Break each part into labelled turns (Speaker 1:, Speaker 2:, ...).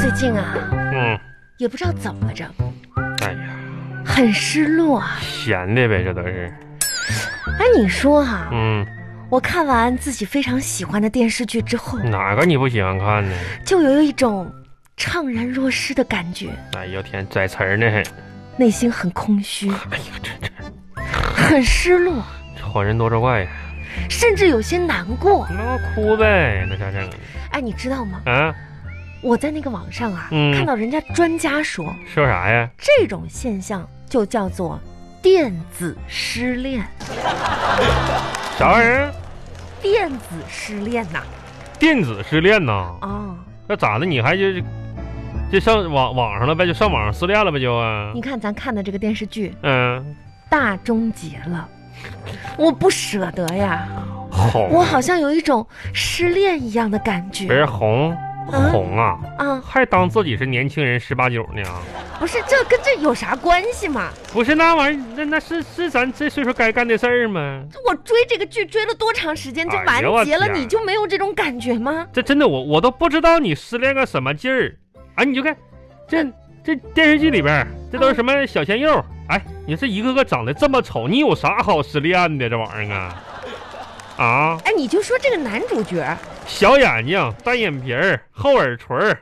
Speaker 1: 最近啊，
Speaker 2: 哦嗯，
Speaker 1: 也不知道怎么着，
Speaker 2: 哎呀，
Speaker 1: 很失落啊。
Speaker 2: 闲的呗，这都是。
Speaker 1: 哎，你说哈、
Speaker 2: 嗯，
Speaker 1: 我看完自己非常喜欢的电视剧之后，
Speaker 2: 嗯哪个你不喜欢看呢？
Speaker 1: 就有一种怅然若失的感觉，
Speaker 2: 哎呦天，宰词儿呢还。
Speaker 1: 内心很空虚，
Speaker 2: 哎呀，这这
Speaker 1: 很失落，
Speaker 2: 这好人多作怪呀。
Speaker 1: 甚至有些难过。
Speaker 2: 那哭呗，那咋整
Speaker 1: 哎，你知道吗？
Speaker 2: 啊？
Speaker 1: 我在那个网上啊，
Speaker 2: 嗯
Speaker 1: 看到人家专家说，
Speaker 2: 说啥呀？
Speaker 1: 这种现象就叫做电子失恋。
Speaker 2: 啥玩意儿？
Speaker 1: 电子失恋呐、
Speaker 2: 电子失恋呐
Speaker 1: 啊？？
Speaker 2: 那咋的？你还就就上网网上了呗？就上网上失恋了呗？就啊
Speaker 1: 你？看咱看的这个电视剧
Speaker 2: 嗯，
Speaker 1: 大终结了，我不舍得呀，
Speaker 2: 红
Speaker 1: 我好像有一种失恋一样的感
Speaker 2: 不是
Speaker 1: 觉
Speaker 2: 红
Speaker 1: 啊
Speaker 2: 红啊，
Speaker 1: 啊！
Speaker 2: 还当自己是年轻人十八九呢？
Speaker 1: 不是这跟这有啥关系嘛？
Speaker 2: 不是那玩意儿，那那是是咱这岁数该干的事儿吗？
Speaker 1: 我追这个剧追了多长时间就
Speaker 2: 哎
Speaker 1: 完
Speaker 2: 呦我
Speaker 1: 结了，
Speaker 2: 天
Speaker 1: 你就没有这种感觉吗？
Speaker 2: 这真的我我都不知道你失恋个什么劲儿啊！你就看这这电视剧里边儿，这都是什么小鲜肉？哎，你这一个个长得这么丑，你有啥好失恋的这玩意儿啊？啊，
Speaker 1: 哎，你就说这个男主角
Speaker 2: 小眼睛，单眼皮儿，厚耳垂儿，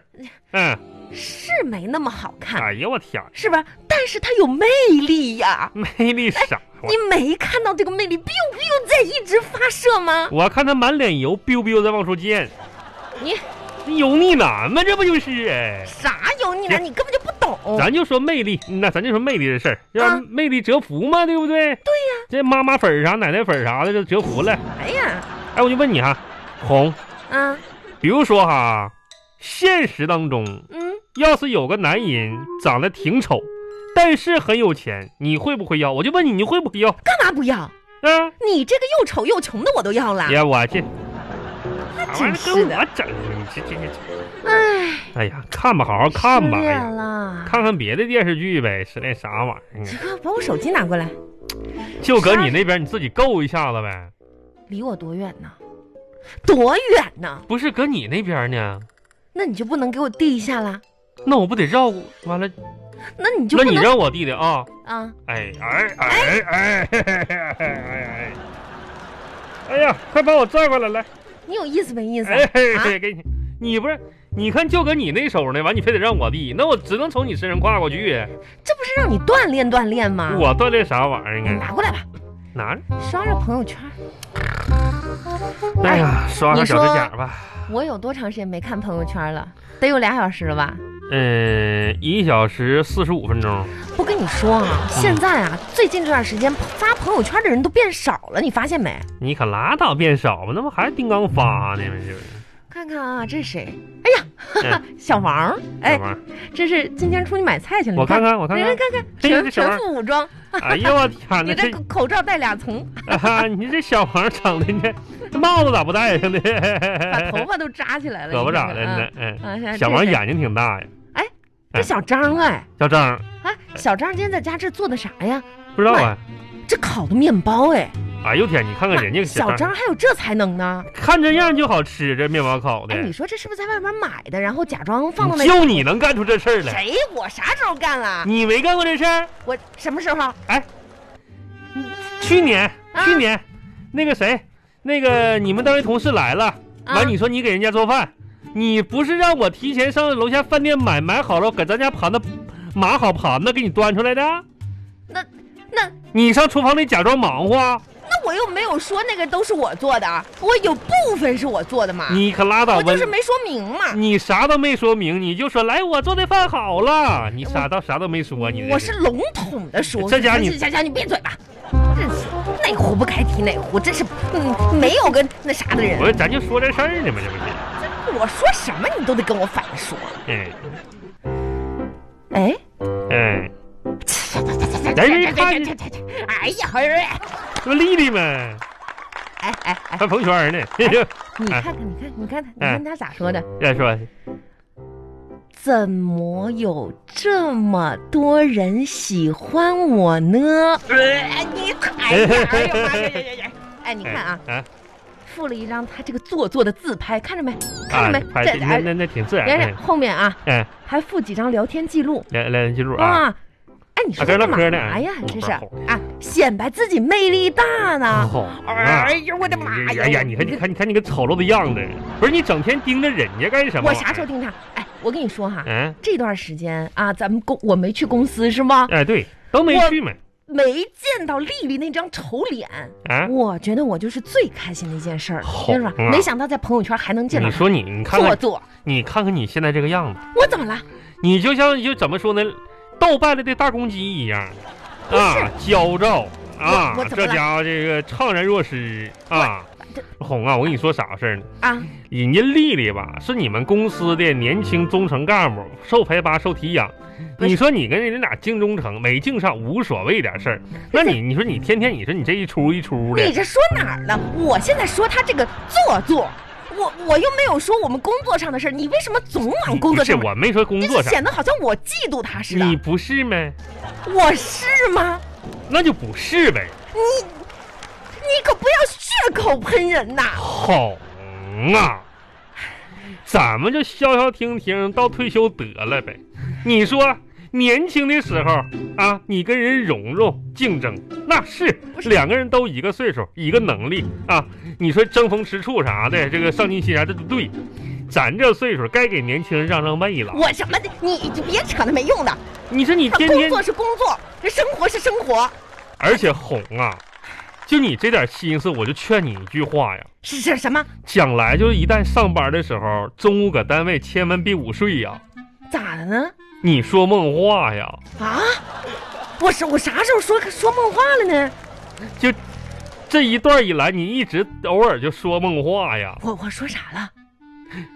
Speaker 2: 嗯，
Speaker 1: 是没那么好看，
Speaker 2: 哎呦我天，
Speaker 1: 是吧？但是他有魅力呀，
Speaker 2: 魅力啥？我
Speaker 1: 你没看到这个魅力 biu biu 在一直发射吗？
Speaker 2: 我看他满脸油，biu biu 在往出溅，
Speaker 1: 你
Speaker 2: 油腻男吗？这不就是哎？
Speaker 1: 啥油腻男，你根本就不懂。
Speaker 2: 咱就说魅力，那咱就说魅力的事儿，
Speaker 1: 哦啊
Speaker 2: 让魅力折服嘛，对不对？对呀、这妈妈粉儿啥、奶奶粉儿啥的就折服了。
Speaker 1: 哎呀，
Speaker 2: 哎，我就问你哈，红，
Speaker 1: 啊，
Speaker 2: 比如说哈，现实当中
Speaker 1: 嗯。
Speaker 2: 要是有个男人长得挺丑，但是很有钱，你会不会要？我就问你，你会不会要？
Speaker 1: 干嘛不要？
Speaker 2: 啊，
Speaker 1: 你这个又丑又穷的我都要了。
Speaker 2: 哎呀，我这，
Speaker 1: 那
Speaker 2: 玩
Speaker 1: 真
Speaker 2: 意儿
Speaker 1: 是
Speaker 2: 跟
Speaker 1: 的，
Speaker 2: 我整，你这这这，这
Speaker 1: 哎，
Speaker 2: 哎呀，看吧，好好看吧，
Speaker 1: 失
Speaker 2: 哎呀
Speaker 1: 恋了。
Speaker 2: 看看别的电视剧呗，失恋啥玩意儿啊？
Speaker 1: 这把我手机拿过来，
Speaker 2: 就搁你那边，你自己够一下子呗。
Speaker 1: 离我多远呢？多远呢？
Speaker 2: 不是搁你那边呢？
Speaker 1: 那你就不能给我递一下啦？
Speaker 2: 那我不得照顾？完了，
Speaker 1: 那你就
Speaker 2: 那
Speaker 1: 不
Speaker 2: 你
Speaker 1: 能
Speaker 2: 让我弟弟啊？
Speaker 1: 啊？
Speaker 2: 哎哎哎哎哎哎哎！哎呀，快把我拽过来来！
Speaker 1: 你有意思没意思？
Speaker 2: 哎
Speaker 1: 啊，
Speaker 2: 给你，你不是你看就搁你那手呢，完你非得让我弟，那我只能从你身上跨过去。
Speaker 1: 这不是让你锻炼锻炼吗？
Speaker 2: 我锻炼啥玩意儿啊？
Speaker 1: 拿过来吧，
Speaker 2: 拿着。
Speaker 1: 刷刷朋友圈。
Speaker 2: 哎呀，刷
Speaker 1: 你
Speaker 2: 刷小
Speaker 1: 说
Speaker 2: 指甲吧。
Speaker 1: 哎我有多长时间没看朋友圈了？得有俩小时了吧？
Speaker 2: 嗯，一小时四十五分钟。
Speaker 1: 不跟你说啊，现在啊，最近这段时间发朋友圈的人都变少了，你发现没？
Speaker 2: 你可拉倒，变少吧，那不还是丁刚发呢吗？这不是？
Speaker 1: 看看啊，这是谁？哎呀，哈哈， 小王，哎
Speaker 2: 小，王
Speaker 1: 这是今天出去买菜去了。
Speaker 2: 我
Speaker 1: 你看
Speaker 2: 看，看，我看
Speaker 1: 人
Speaker 2: 看
Speaker 1: 家。看看，
Speaker 2: 哎呀
Speaker 1: 全
Speaker 2: 这小
Speaker 1: 全
Speaker 2: 王
Speaker 1: 副武装。
Speaker 2: 哎呦我天
Speaker 1: 你这
Speaker 2: 哪，这
Speaker 1: 口口罩戴俩层，
Speaker 2: 啊， 你这小王长得呢，这帽子咋不戴上呢？
Speaker 1: 把
Speaker 2: 哎
Speaker 1: 头发都扎起来了。
Speaker 2: 可不
Speaker 1: 你
Speaker 2: 咋
Speaker 1: 看
Speaker 2: 的
Speaker 1: 看
Speaker 2: 呢
Speaker 1: 啊。
Speaker 2: 嗯，
Speaker 1: 啊现在
Speaker 2: 小
Speaker 1: 这
Speaker 2: 王
Speaker 1: 谁
Speaker 2: 眼睛挺大呀。
Speaker 1: 这小张哎，
Speaker 2: 小张
Speaker 1: 啊，小张今天在家这做的啥呀？
Speaker 2: 不知道啊？
Speaker 1: 这烤的面包哎，
Speaker 2: 哎呦天，你看看人家
Speaker 1: 妈小张还有这才能呢。
Speaker 2: 看这样就好吃，这面包烤的
Speaker 1: 哎，，你说这是不是在外面买的，然后假装放到那？
Speaker 2: 就你能干出这事儿来，
Speaker 1: 谁？我啥时候干了？
Speaker 2: 你没干过这事儿？
Speaker 1: 我什么时候？
Speaker 2: 去年，
Speaker 1: 啊
Speaker 2: 去年那个谁，那个你们单位同事来了，
Speaker 1: 啊
Speaker 2: 完你说你给人家做饭，你不是让我提前上楼下饭店买买好了，搁咱家盘子码好盘子给你端出来的？
Speaker 1: 那那
Speaker 2: 你上厨房里假装忙活，
Speaker 1: 那我又没有说那个都是我做的，啊我有部分是我做的嘛，
Speaker 2: 你可拉倒
Speaker 1: 我
Speaker 2: 吧
Speaker 1: 就！是没说明嘛。
Speaker 2: 你啥都没说明，你就说来我做的饭好了，你啥到啥都没说，你这
Speaker 1: 我是笼统的说，
Speaker 2: 这家你
Speaker 1: 这家你闭嘴吧，真是哪壶不开提哪壶，真是嗯没有个那啥的人
Speaker 2: 不。是咱就说这事儿呢嘛，这不是？
Speaker 1: 我说什么你都得跟我反着说。
Speaker 2: 哎
Speaker 1: 哎，
Speaker 2: 哎，
Speaker 1: 来哎呀，哎
Speaker 2: 这不丽丽吗？
Speaker 1: 哎哎，
Speaker 2: 还朋友圈呢，人
Speaker 1: 你 看看你看你看他你看他咋说的？
Speaker 2: 家哎说
Speaker 1: 怎么有这么多人喜欢我呢？哎，你哎呀哎呀妈呀呀呀呀！哎，你看啊，
Speaker 2: 啊，
Speaker 1: 附了一张他这个做作的自拍，看着没？
Speaker 2: 啊
Speaker 1: 看着没？，
Speaker 2: 拍
Speaker 1: 这
Speaker 2: 那
Speaker 1: 哎，
Speaker 2: 那那挺自然
Speaker 1: 然
Speaker 2: 的
Speaker 1: 后，后面啊
Speaker 2: 哎，
Speaker 1: 还附几张聊天记录
Speaker 2: 来来人记录啊，
Speaker 1: 啊。哎，你说
Speaker 2: 啊跟
Speaker 1: 这干
Speaker 2: 人唠嗑呢
Speaker 1: 嘛呀？你这是
Speaker 2: 啊
Speaker 1: 啊，显摆自己魅力大呢。
Speaker 2: 好啊
Speaker 1: 哎。呦，我的妈呀！
Speaker 2: 呀呀！你看，你看，你看你个丑陋的样子，不是你整天盯着人家干什么？
Speaker 1: 我啥时候？盯他？哎，我跟你说哈，
Speaker 2: 嗯，
Speaker 1: 这段时间啊，咱们公我没去公司是吗？
Speaker 2: 哎，对，都没去嘛。
Speaker 1: 没见到丽丽那张丑脸，
Speaker 2: 啊，
Speaker 1: 我觉得我就是最开心的一件事儿，
Speaker 2: 好
Speaker 1: 就是吧？
Speaker 2: 啊
Speaker 1: 没想到在朋友圈还能见到
Speaker 2: 你
Speaker 1: 她
Speaker 2: 说你，你看
Speaker 1: 做
Speaker 2: 看，
Speaker 1: 作，
Speaker 2: 你看看你现在这个样子，
Speaker 1: 我怎么了？
Speaker 2: 你就像就怎么说呢，斗败了的大公鸡一样，
Speaker 1: 不
Speaker 2: 啊，焦躁
Speaker 1: 我
Speaker 2: 啊
Speaker 1: 我，怎么
Speaker 2: 这
Speaker 1: 了
Speaker 2: 家伙这个怅然若失啊。红啊，我跟你说啥事儿呢？
Speaker 1: 啊，
Speaker 2: 人家丽丽吧，是你们公司的年轻中层干部，受培拔、受提养。
Speaker 1: 不是
Speaker 2: 你说你跟人家俩竞中层，没竞上无所谓点事儿。那你你说你天天你说你这一出一出
Speaker 1: 你
Speaker 2: 的，
Speaker 1: 这说哪儿了？我现在说他这个做作，我我又没有说我们工作上的事儿，你为什么总往工作上
Speaker 2: 不？是我没说工
Speaker 1: 这
Speaker 2: 作
Speaker 1: 就
Speaker 2: 上，
Speaker 1: 显得好像我嫉妒他似
Speaker 2: 你
Speaker 1: 的。
Speaker 2: 不是呗？
Speaker 1: 我是吗？
Speaker 2: 那就不是呗。
Speaker 1: 你你可不要血口喷人呐！
Speaker 2: 红啊，咱们就消消停停到退休得了呗。你说年轻的时候啊，你跟人蓉蓉竞争，那是
Speaker 1: 不是
Speaker 2: 两个人都一个岁数，一个能力啊。你说争风吃醋啥的，这个上进心啥的都对。咱这岁数该给年轻人让让位了。
Speaker 1: 我什么的，你就别扯那没用的。
Speaker 2: 你说你
Speaker 1: 他
Speaker 2: 天
Speaker 1: 工
Speaker 2: 天，
Speaker 1: 作是工作，这生活是生活。
Speaker 2: 而且红啊，就你这点心思，我就劝你一句话呀。
Speaker 1: 是是什么？
Speaker 2: 将来就是一旦上班的时候，中午搁单位千万别午睡呀、
Speaker 1: 咋的呢？
Speaker 2: 你说梦话呀？
Speaker 1: 啊？我是我啥时候说说梦话了呢？
Speaker 2: 这一段以来，你一直偶尔就说梦话呀，
Speaker 1: 我我说啥了？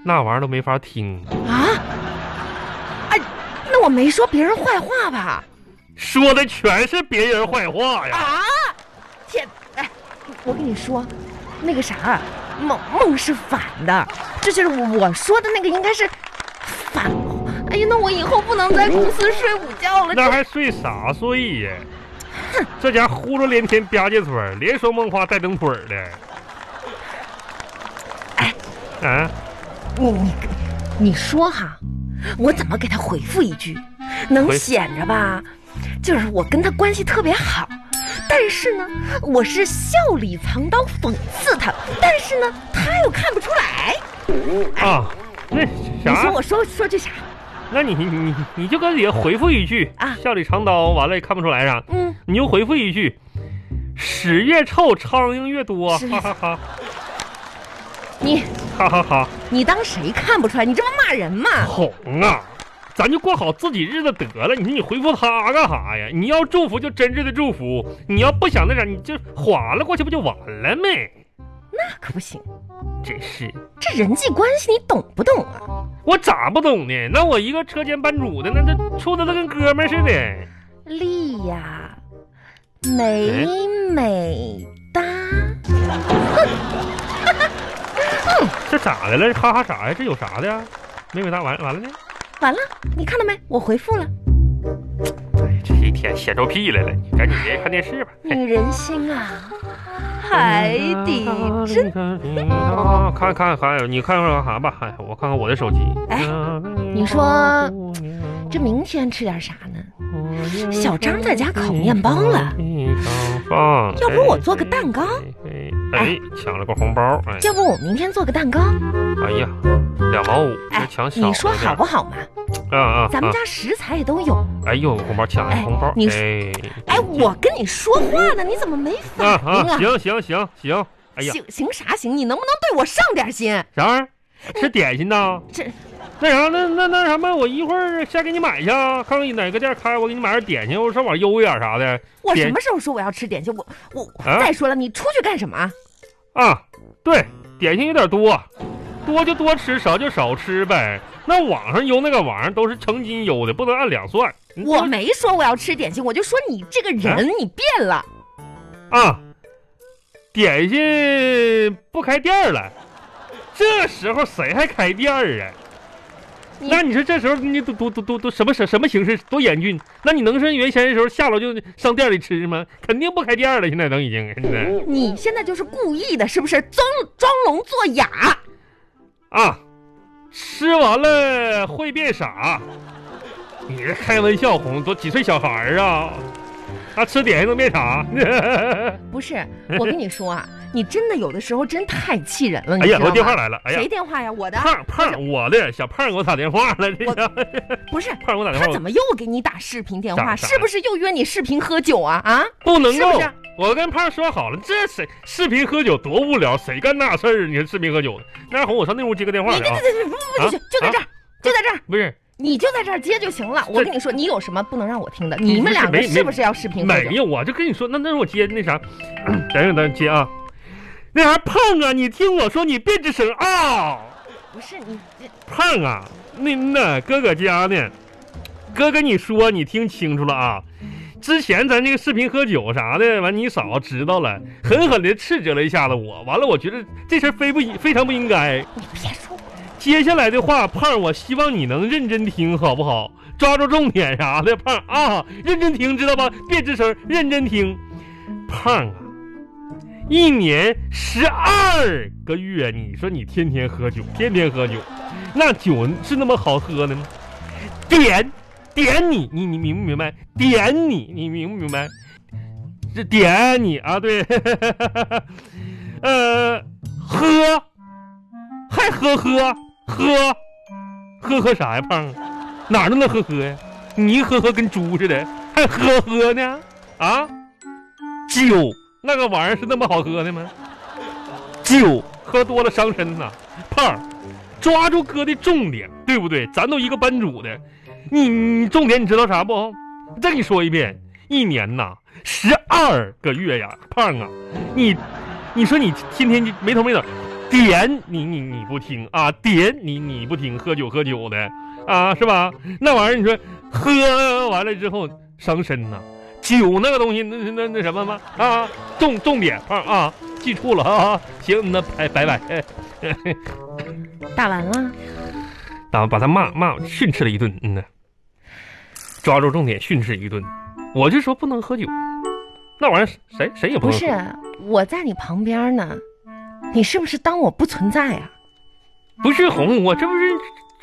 Speaker 2: 那玩意儿都没法听。
Speaker 1: 啊？哎，那我没说别人坏话吧？
Speaker 2: 说的全是别人坏话呀！
Speaker 1: 啊！天，哎，我跟你说，那个啥，梦梦是反的，这就是我说的那个应该是反。哎呀，那我以后不能在公司睡午觉了。
Speaker 2: 那
Speaker 1: 这
Speaker 2: 还睡啥睡呀？这家呼噜连天吧唧嘴儿，连说梦话带蹬腿儿的。
Speaker 1: 哎
Speaker 2: 啊，
Speaker 1: 你你你说哈，我怎么给他回复一句，能
Speaker 2: 回
Speaker 1: 显着吧？就是我跟他关系特别好，但是呢，我是笑里藏刀讽刺他，但是呢，他又看不出来。
Speaker 2: 啊，那
Speaker 1: 你说
Speaker 2: 啥，
Speaker 1: 我说说句啥？
Speaker 2: 那你你你你就跟底下回复一句
Speaker 1: 啊
Speaker 2: 笑里藏刀，完了也看不出来啥。
Speaker 1: 嗯，
Speaker 2: 你就回复一句：“屎越臭，苍蝇越多。”
Speaker 1: 是
Speaker 2: 哈哈哈，
Speaker 1: 你
Speaker 2: 哈哈哈，
Speaker 1: 你当谁看不出来？你这不骂人吗？
Speaker 2: 红啊！咱就过好自己日子得了。你说你回复他干啥呀？你要祝福就真挚的祝福，你要不想那啥，你就划拉过去不就完了没？
Speaker 1: 那可不行，
Speaker 2: 真是，
Speaker 1: 这人际关系你懂不懂啊？
Speaker 2: 我咋不懂呢？那我一个车间班主的，那这处的都跟哥们儿似的。
Speaker 1: 丽呀，美美哒，
Speaker 2: 这咋的了？哈哈啥呀？这有啥的呀？没伟大完完了呢？
Speaker 1: 完了，你看到没？我回复了，
Speaker 2: 哎，这一天闲出屁来了，你赶紧别看电视吧。
Speaker 1: 女人心啊，海底针。
Speaker 2: 哦看看看，你看看干啥吧？哎，我看看我的手机。
Speaker 1: 哎，你说这明天吃点啥呢？小张在家烤面包了，要不我做个蛋糕
Speaker 2: 哎？哎，抢了个红包，哎，
Speaker 1: 要不我明天做个蛋糕？
Speaker 2: 哎呀，两毛五，这
Speaker 1: 哎
Speaker 2: 抢，少了点。
Speaker 1: 你说好不好嘛？
Speaker 2: 啊？啊啊！
Speaker 1: 咱们家食材也都有。
Speaker 2: 哎呦，红包抢了
Speaker 1: 哎
Speaker 2: 红包，
Speaker 1: 你
Speaker 2: 哎
Speaker 1: 哎，我跟你说话呢，你怎么没
Speaker 2: 啊
Speaker 1: 反应
Speaker 2: 啊！
Speaker 1: 啊？
Speaker 2: 行行行行，哎呀，
Speaker 1: 行行啥行？你能不能对我上点心？
Speaker 2: 啥玩意儿？吃点心呢？
Speaker 1: 这
Speaker 2: 那啥，那那那什么，我一会儿下给你买去啊，看看哪个店开，我给你买点点心，我上网悠一点啥的。
Speaker 1: 我
Speaker 2: 点
Speaker 1: 什么时候说我要吃点心？我我、
Speaker 2: 啊
Speaker 1: 再说了，你出去干什么啊？
Speaker 2: 啊，对，点心有点多，多就多吃，少就少吃呗。那网上邮那个玩意儿都是称斤邮的，不能按两算。你
Speaker 1: 我
Speaker 2: 这
Speaker 1: 没说我要吃点心，我就说你这个人、你变了。
Speaker 2: 啊，点心不开店儿了，这时候谁还开店儿啊？
Speaker 1: 你
Speaker 2: 那你说这时候你都都都都都什么什什么形式多严峻？那你能是原先的时候下楼就上店里吃吗？肯定不开店了，现在都已经现在
Speaker 1: 你现在就是故意的，是不是？装装聋作哑。
Speaker 2: 啊，吃完了会变傻。你这开玩笑哄都几岁小孩儿啊？啊，吃点心能变傻？
Speaker 1: 不是，我跟你说啊，你真的有的时候真太气人了，你
Speaker 2: 哎
Speaker 1: 知
Speaker 2: 呀，
Speaker 1: 道吗？
Speaker 2: 我电话来了，哎呀
Speaker 1: 谁，电话呀？我的，
Speaker 2: 胖胖，我的小胖给我打电话了，这
Speaker 1: 啊我
Speaker 2: 家伙
Speaker 1: 不是。
Speaker 2: 胖给我打电话，
Speaker 1: 他
Speaker 2: 我
Speaker 1: 怎么又给你打视频电话？
Speaker 2: 咋咋
Speaker 1: 是不是又约你视频喝酒啊？啊，
Speaker 2: 不能够。
Speaker 1: 是不是
Speaker 2: 我跟胖说好了，这谁视频喝酒多无聊，谁干那事儿？啊你说视频喝酒，那哄我上那屋接个电话
Speaker 1: 你
Speaker 2: 去
Speaker 1: 这
Speaker 2: 啊
Speaker 1: 这？这不不不，就就在这儿，就在这儿，
Speaker 2: 不是，
Speaker 1: 你就在这儿接就行了。我跟你说，你有什么不能让我听的？你们两个
Speaker 2: 没没
Speaker 1: 是不是要视频喝
Speaker 2: 没
Speaker 1: 酒？
Speaker 2: 有，我就跟你说，那那我接那啥， 等等等接啊，那啥胖啊，你听我说，你别吱声啊，
Speaker 1: 不是你这
Speaker 2: 胖啊，那那哥搁家呢，哥跟你说，你听清楚了啊。之前咱这个视频喝酒啥的，完你嫂知道了，狠狠的斥责了一下子我。完了，我觉得这事儿非不非常不应该。
Speaker 1: 你别说我，
Speaker 2: 接下来的话，胖儿，我希望你能认真听，好不好？抓住重点啥的，胖儿啊，认真听，知道吧？别吱声，认真听。胖儿啊，一年十二个月，你说你天天喝酒，天天喝酒，那酒是那么好喝的吗？点点你，你你明不明白？点你，你明不明白？这点你啊，对， 呃，喝。还喝喝喝，喝喝啥呀，胖儿？哪儿都能喝喝呀？你一喝喝跟猪似的，还喝喝呢？啊，酒那个玩意儿是那么好喝的吗？酒喝多了伤身呐，胖儿，抓住哥的重点，对不对？咱都一个班主的，你你重点你知道啥不？再给你说一遍，一年呐十二个月呀，胖儿啊，你你说你天天就没头没脑。点你你你不听啊，点你你不听，喝酒喝酒的啊，是吧？那玩意儿你说喝完了之后伤身呐、酒那个东西那那那那什么吗？啊，重重点胖啊，记住了啊。行，那拜拜拜，哎
Speaker 1: 打完了，
Speaker 2: 打啊把他骂骂训斥了一顿，嗯呐，抓住重点训斥一顿。我就说不能喝酒，那玩意儿谁谁也不
Speaker 1: 呃不
Speaker 2: 能喝。
Speaker 1: 是我在你旁边呢，你是不是当我不存在啊？
Speaker 2: 不是哄我，这不是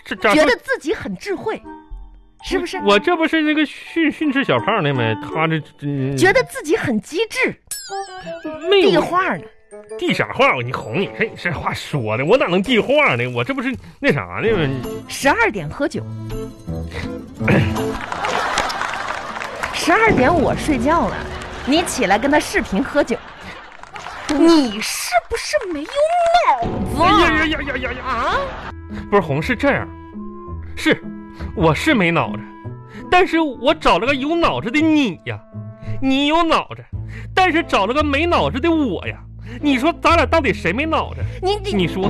Speaker 2: 这咋
Speaker 1: 觉得自己很智慧，是不是？
Speaker 2: 我这不是那个训训斥小胖的吗？他这嗯
Speaker 1: 觉得自己很机智，
Speaker 2: 没
Speaker 1: 递
Speaker 2: 有
Speaker 1: 话呢。
Speaker 2: 递啥话？我你哄你，看你这话说的， 我哪能递话呢？我这不是那啥呢吗？
Speaker 1: 十二点喝 酒，十二点我睡觉了，你起来跟他视频喝酒，你是不是没有
Speaker 2: 哎呀
Speaker 1: 脑
Speaker 2: 呀
Speaker 1: 子
Speaker 2: 呀呀呀呀！
Speaker 1: 啊？
Speaker 2: 不是红是这样，是我是没脑子，但是我找了个有脑子的你呀，你有脑子，但是找了个没脑子的
Speaker 1: 哎
Speaker 2: 我呀。你说咱俩到底谁没脑子？
Speaker 1: 你你
Speaker 2: 你说，